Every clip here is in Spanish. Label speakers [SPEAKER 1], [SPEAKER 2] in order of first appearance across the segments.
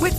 [SPEAKER 1] With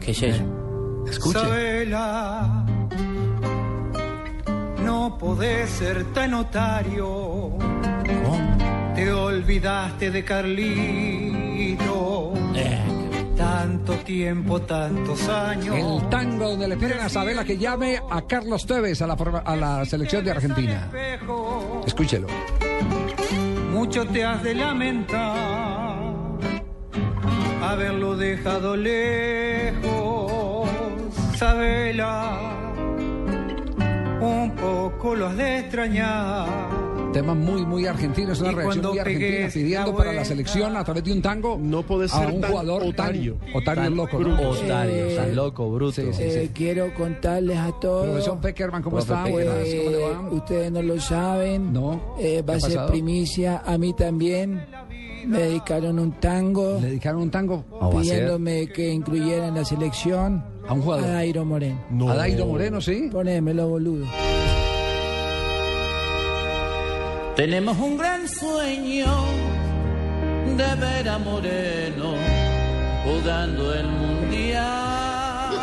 [SPEAKER 2] ¿Qué es eso?
[SPEAKER 3] Eh,
[SPEAKER 2] Escuche.
[SPEAKER 4] Isabela, no podés ser tan otario. Te olvidaste de Carlito.
[SPEAKER 5] Eh,
[SPEAKER 4] Tanto tiempo, tantos años.
[SPEAKER 5] El tango donde le piden a Sabela que llame a Carlos Tevez a la, forma- a la selección de Argentina.
[SPEAKER 4] Espejo,
[SPEAKER 5] Escúchelo.
[SPEAKER 4] mucho te has de lamentar haberlo dejado lejos. Sabela, un poco lo has de extrañar.
[SPEAKER 5] Tema muy, muy argentino. Es una
[SPEAKER 4] Y
[SPEAKER 5] reacción
[SPEAKER 4] cuando
[SPEAKER 5] muy argentina
[SPEAKER 4] pegues la
[SPEAKER 5] pidiendo para la
[SPEAKER 4] vuelta,
[SPEAKER 5] selección a través de un tango
[SPEAKER 6] no podés
[SPEAKER 5] a
[SPEAKER 6] ser
[SPEAKER 5] un
[SPEAKER 6] tan
[SPEAKER 5] jugador
[SPEAKER 6] otario,
[SPEAKER 5] tan otario
[SPEAKER 6] tan
[SPEAKER 5] loco.
[SPEAKER 6] bruto.
[SPEAKER 5] ¿no?
[SPEAKER 2] Otario, tan loco, bruto.
[SPEAKER 5] Sí, sí, sí.
[SPEAKER 3] Eh, quiero contarles a todos.
[SPEAKER 5] Profesor Peckerman, ¿cómo
[SPEAKER 2] Profe
[SPEAKER 5] está?
[SPEAKER 2] Peckerman.
[SPEAKER 5] Buenas, ¿cómo le va?
[SPEAKER 3] Eh, ustedes no lo saben.
[SPEAKER 5] No,
[SPEAKER 3] Eh,
[SPEAKER 5] ¿qué
[SPEAKER 3] va
[SPEAKER 5] ha
[SPEAKER 3] a ser
[SPEAKER 5] pasado?
[SPEAKER 3] primicia. A mí también. Me dedicaron un tango
[SPEAKER 5] Le dedicaron un tango
[SPEAKER 2] No va a ser.
[SPEAKER 3] pidiéndome que incluyera en la selección
[SPEAKER 5] a un
[SPEAKER 3] a
[SPEAKER 5] jugador.
[SPEAKER 3] Dairo Moreno.
[SPEAKER 5] A Dairo Moreno, sí.
[SPEAKER 3] Ponémelo, boludo.
[SPEAKER 7] Tenemos un gran sueño de ver a Moreno jugando el mundial.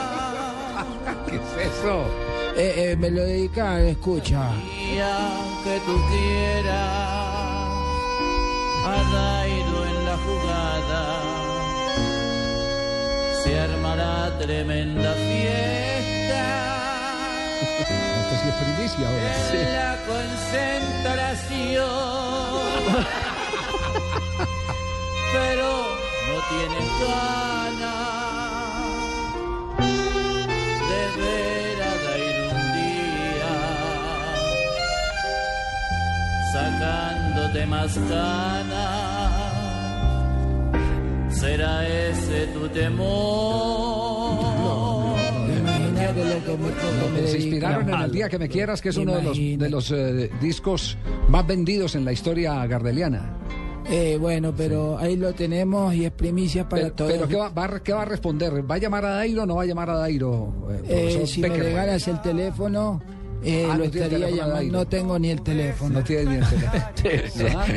[SPEAKER 5] ¿Qué es eso?
[SPEAKER 3] Eh, eh, me lo dedicaron, escucha.
[SPEAKER 7] Y aunque tú quieras a Dairo en la jugada, se armará tremenda fiesta.
[SPEAKER 5] Esto sí es primicia ahora.
[SPEAKER 7] en la concentración. Pero no tienes ganas de ver a Dair un día sacándote más ganas. Será ese tu temor.
[SPEAKER 3] Imagínate lo que me, lo que
[SPEAKER 6] Eh,
[SPEAKER 3] me
[SPEAKER 5] Se inspiraron en
[SPEAKER 3] dedicaron.
[SPEAKER 5] El Día que Me Quieras, que es uno de los, de
[SPEAKER 3] Imagínate.
[SPEAKER 5] los eh, discos más vendidos en la historia gardeliana.
[SPEAKER 3] Eh, bueno, pero ahí lo tenemos y es primicia para
[SPEAKER 5] Pero,
[SPEAKER 3] todos.
[SPEAKER 5] pero ¿qué, va, va- qué va a responder? ¿Va a llamar a Dairo o no va a llamar a Dairo? eh,
[SPEAKER 3] Eh,
[SPEAKER 5] profesor
[SPEAKER 3] si me
[SPEAKER 5] Peckerman?
[SPEAKER 3] regalas el teléfono, eh,
[SPEAKER 5] Ah,
[SPEAKER 3] lo
[SPEAKER 5] no tiene
[SPEAKER 3] estaría
[SPEAKER 5] teléfono de
[SPEAKER 3] llamando.
[SPEAKER 5] aire.
[SPEAKER 3] No tengo ni el teléfono.
[SPEAKER 5] No tiene ni el teléfono. Ajá.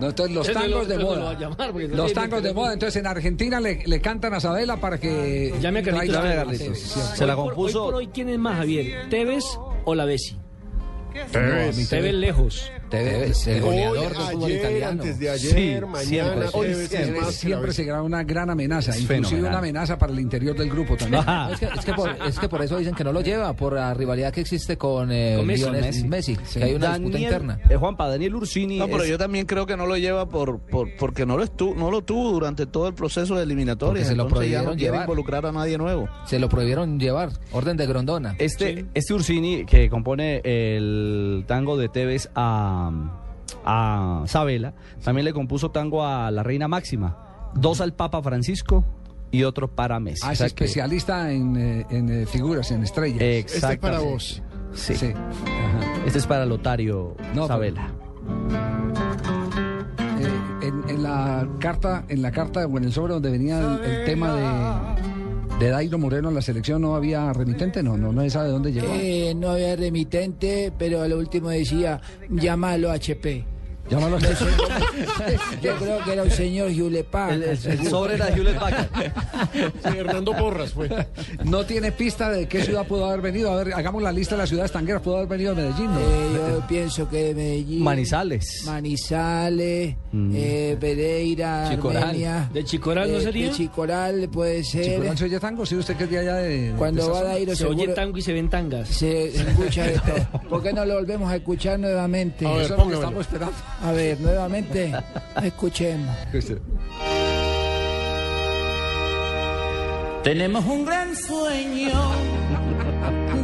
[SPEAKER 5] No, entonces los
[SPEAKER 6] ¿Ah? Ese
[SPEAKER 5] tangos
[SPEAKER 6] lo-
[SPEAKER 5] de
[SPEAKER 6] ese lo va
[SPEAKER 5] moda.
[SPEAKER 6] a llamar, porque no
[SPEAKER 5] los
[SPEAKER 6] tiene
[SPEAKER 5] tangos de
[SPEAKER 6] teléfono.
[SPEAKER 5] moda. Entonces en Argentina le, le cantan a Sabela para que.
[SPEAKER 6] Ah, Llame a Carlitos.
[SPEAKER 5] traiga-
[SPEAKER 6] Llame a
[SPEAKER 5] Sí,
[SPEAKER 6] Carlitos.
[SPEAKER 5] sí, sí.
[SPEAKER 2] Se la
[SPEAKER 6] Hoy por-
[SPEAKER 2] compuso-
[SPEAKER 6] Hoy por hoy, ¿quién es más, Javier? ¿Tevez o la Bessi?
[SPEAKER 5] No, a mí
[SPEAKER 6] Tevez lejos.
[SPEAKER 2] el goleador del
[SPEAKER 6] fútbol
[SPEAKER 8] Hoy, ayer,
[SPEAKER 6] italiano.
[SPEAKER 8] antes de ayer,
[SPEAKER 2] Sí, siempre,
[SPEAKER 8] mañana,
[SPEAKER 2] sí. Hoy
[SPEAKER 8] jueves,
[SPEAKER 2] siempre,
[SPEAKER 8] Pues es más que la
[SPEAKER 5] Siempre
[SPEAKER 8] vez.
[SPEAKER 5] se graba una gran amenaza, inclusive
[SPEAKER 2] fenomenal.
[SPEAKER 5] una amenaza para el interior del grupo también.
[SPEAKER 2] Ajá.
[SPEAKER 9] Es que, es que por, es que por eso dicen que no lo lleva, por la rivalidad que existe con, eh,
[SPEAKER 6] Con Messi.
[SPEAKER 9] Lionel
[SPEAKER 6] Messi.
[SPEAKER 9] Messi, que hay una disputa interna.
[SPEAKER 2] eh, Juanpa, Daniel Ursini.
[SPEAKER 7] No, pero
[SPEAKER 2] es-
[SPEAKER 7] yo también creo que no lo lleva por, por porque no lo estu- no lo tuvo durante todo el proceso de eliminatorias.
[SPEAKER 9] Porque se lo
[SPEAKER 7] entonces ya no
[SPEAKER 9] prohibieron
[SPEAKER 7] quiere
[SPEAKER 9] llevar.
[SPEAKER 7] involucrar a nadie nuevo.
[SPEAKER 9] Se lo prohibieron llevar, orden de Grondona.
[SPEAKER 2] Este, este Ursini que compone el tango de Tevez a, a Sabela, también le compuso tango a la reina máxima. Dos al Papa Francisco y otro para Messi.
[SPEAKER 5] Ah,
[SPEAKER 2] O
[SPEAKER 5] es
[SPEAKER 2] sea que-
[SPEAKER 5] especialista en, eh, en, eh, figuras, en estrellas.
[SPEAKER 3] Eh,
[SPEAKER 2] Exactamente.
[SPEAKER 8] Este es para vos.
[SPEAKER 2] Sí.
[SPEAKER 5] Sí. Eh, Ajá.
[SPEAKER 2] Este es para Lotario
[SPEAKER 5] No,
[SPEAKER 2] Sabela.
[SPEAKER 5] Eh, en, en la carta, en la carta o en el sobre donde venía el, el tema de, de Dairo Moreno en la selección no había remitente, no, no, no se sabe de dónde llegó.
[SPEAKER 3] Eh, no había remitente, pero a lo último decía, llámalo HP.
[SPEAKER 5] Llámalo a
[SPEAKER 3] Yo creo que era un señor Eh, Yulepa.
[SPEAKER 2] El, el- el sobre era de Hewlett Packard.
[SPEAKER 8] Hernando Porras fue.
[SPEAKER 5] No tiene pista de qué ciudad pudo haber venido. A ver, hagamos la lista de las ciudades tangueras. Pudo haber venido de
[SPEAKER 3] Eh,
[SPEAKER 5] Medellín. ¿no?
[SPEAKER 3] yo pienso que de Medellín.
[SPEAKER 2] Manizales. Mm.
[SPEAKER 3] Manizales, eh, Pereira,
[SPEAKER 9] Chicoral.
[SPEAKER 3] Armenia.
[SPEAKER 6] ¿De Chicoral no
[SPEAKER 3] De-
[SPEAKER 6] sería?
[SPEAKER 3] De Chicoral puede ser.
[SPEAKER 5] Chicorán se oye tango, sí, usted que es de allá de. de
[SPEAKER 3] Cuando
[SPEAKER 5] esa
[SPEAKER 3] va
[SPEAKER 5] zona.
[SPEAKER 3] Dairo
[SPEAKER 6] Se oye
[SPEAKER 3] seguro
[SPEAKER 6] tango y se ven tangas.
[SPEAKER 3] se escucha de todo. ¿Por qué no lo volvemos a escuchar nuevamente?
[SPEAKER 8] A ver,
[SPEAKER 5] Eso es lo que
[SPEAKER 8] póngamelo.
[SPEAKER 5] estamos esperando.
[SPEAKER 3] A ver, nuevamente, escuchemos.
[SPEAKER 7] Tenemos un gran sueño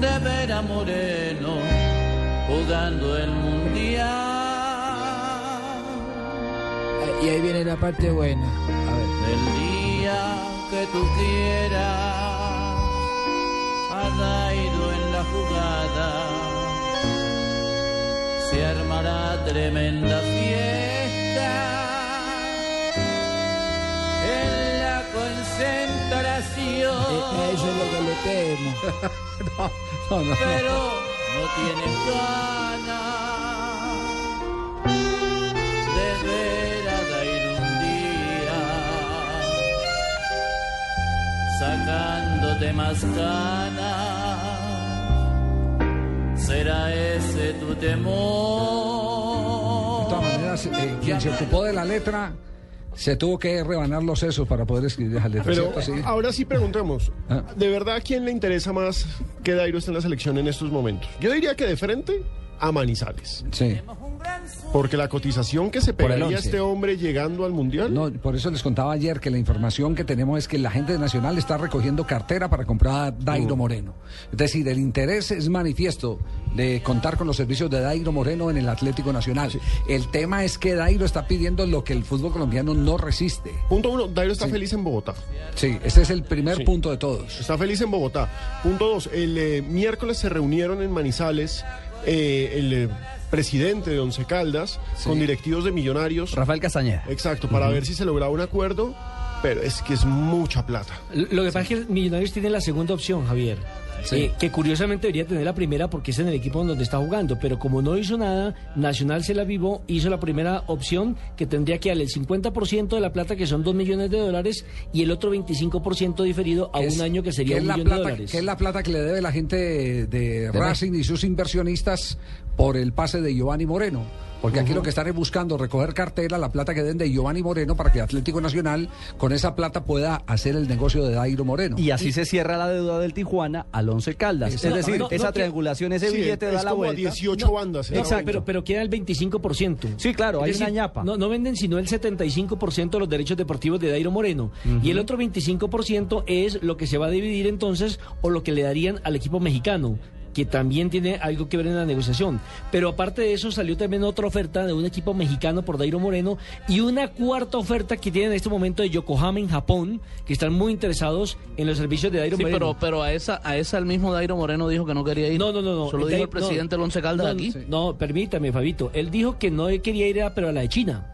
[SPEAKER 7] de ver a Moreno jugando el mundial.
[SPEAKER 3] Y ahí viene la parte buena.
[SPEAKER 7] El día que que tú quieras, Adaido en la jugada, se armará tremenda fiesta en la concentración.
[SPEAKER 10] Eh, Eso es lo que le temo.
[SPEAKER 5] No, no, no.
[SPEAKER 7] pero no tienes ganas de ver a Dair un día sacándote más ganas. Será ese tu temor.
[SPEAKER 5] De todas maneras, eh, quien se ocupó de la letra se tuvo que rebanar los sesos para poder escribir esa letra.
[SPEAKER 11] Pero
[SPEAKER 5] ¿cierto? Sí.
[SPEAKER 11] ahora sí preguntemos,
[SPEAKER 5] Ah.
[SPEAKER 11] ¿de verdad a quién le interesa más que Dairo esté en la selección en estos momentos? Yo diría que de frente a Manizales.
[SPEAKER 5] Sí.
[SPEAKER 11] Porque la cotización que se
[SPEAKER 5] Por el
[SPEAKER 11] pegaría
[SPEAKER 5] once.
[SPEAKER 11] este hombre llegando al Mundial...
[SPEAKER 5] No, por eso les contaba ayer que la información que tenemos es que la gente de Nacional está recogiendo cartera para comprar a Dairo Moreno. Es decir, el interés es manifiesto de contar con los servicios de Dairo Moreno en el Atlético Nacional. El tema es que Dairo está pidiendo lo que el fútbol colombiano no resiste.
[SPEAKER 11] Punto uno, Dairo está feliz en Bogotá.
[SPEAKER 5] Sí, ese es el primer
[SPEAKER 11] Sí.
[SPEAKER 5] punto de todos.
[SPEAKER 11] Está feliz en Bogotá. Punto dos, el eh, miércoles se reunieron en Manizales eh, el eh, presidente de Once Caldas con directivos de millonarios.
[SPEAKER 12] Rafael Castañeda.
[SPEAKER 11] Exacto, para ver si se lograba un acuerdo, pero es que es mucha plata.
[SPEAKER 3] Lo que pasa es que Millonarios tiene la segunda opción, Javier.
[SPEAKER 11] Sí.
[SPEAKER 3] Eh, que curiosamente debería tener la primera porque es en el equipo en donde está jugando, pero como no hizo nada, Nacional se la vivó, hizo la primera opción que tendría que darle el 50% de la plata, que son 2 millones de dólares, y el otro 25% diferido a
[SPEAKER 5] Que
[SPEAKER 3] un
[SPEAKER 5] es-
[SPEAKER 3] año que sería un
[SPEAKER 5] que es la
[SPEAKER 3] millón de
[SPEAKER 5] plata-
[SPEAKER 3] dólares.
[SPEAKER 5] que es la plata que le debe la gente de, Racing y sus inversionistas por el pase de Giovanni Moreno. Porque aquí
[SPEAKER 3] Ujú.
[SPEAKER 5] lo que están es buscando recoger cartera, la plata que den de Giovanni Moreno para que Atlético Nacional con esa plata pueda hacer el negocio de Dairo Moreno.
[SPEAKER 12] Y así se cierra la deuda del Tijuana al Once Caldas. Es
[SPEAKER 3] Exactamente.
[SPEAKER 12] decir,
[SPEAKER 3] No, no,
[SPEAKER 12] esa
[SPEAKER 3] no, que-
[SPEAKER 12] triangulación, ese billete da la vuelta.
[SPEAKER 3] No, no,
[SPEAKER 12] Exacto.
[SPEAKER 3] pero, pero queda el 25%.
[SPEAKER 12] Sí, claro,
[SPEAKER 3] Es
[SPEAKER 12] hay una ñapa.
[SPEAKER 3] No, no venden sino el 75% de los derechos deportivos de Dairo Moreno.
[SPEAKER 12] Ujú.
[SPEAKER 3] Y el otro 25% es lo que se va a dividir entonces o lo que le darían al equipo mexicano que también tiene algo que ver en la negociación. Pero aparte de eso, salió también otra oferta de un equipo mexicano por Dairo Moreno y una cuarta oferta que tiene en este momento de Yokohama en Japón, que están muy interesados en los servicios de Dairo
[SPEAKER 13] Sí,
[SPEAKER 3] Moreno.
[SPEAKER 13] pero, pero a esa, a esa el mismo Dairo Moreno dijo que no quería ir. No, no, no. Solo dijo
[SPEAKER 3] Dai-
[SPEAKER 13] el presidente del Once Caldas
[SPEAKER 3] no,
[SPEAKER 13] aquí.
[SPEAKER 3] No, permítame, Fabito. Él dijo que no quería ir, a, pero a la de China.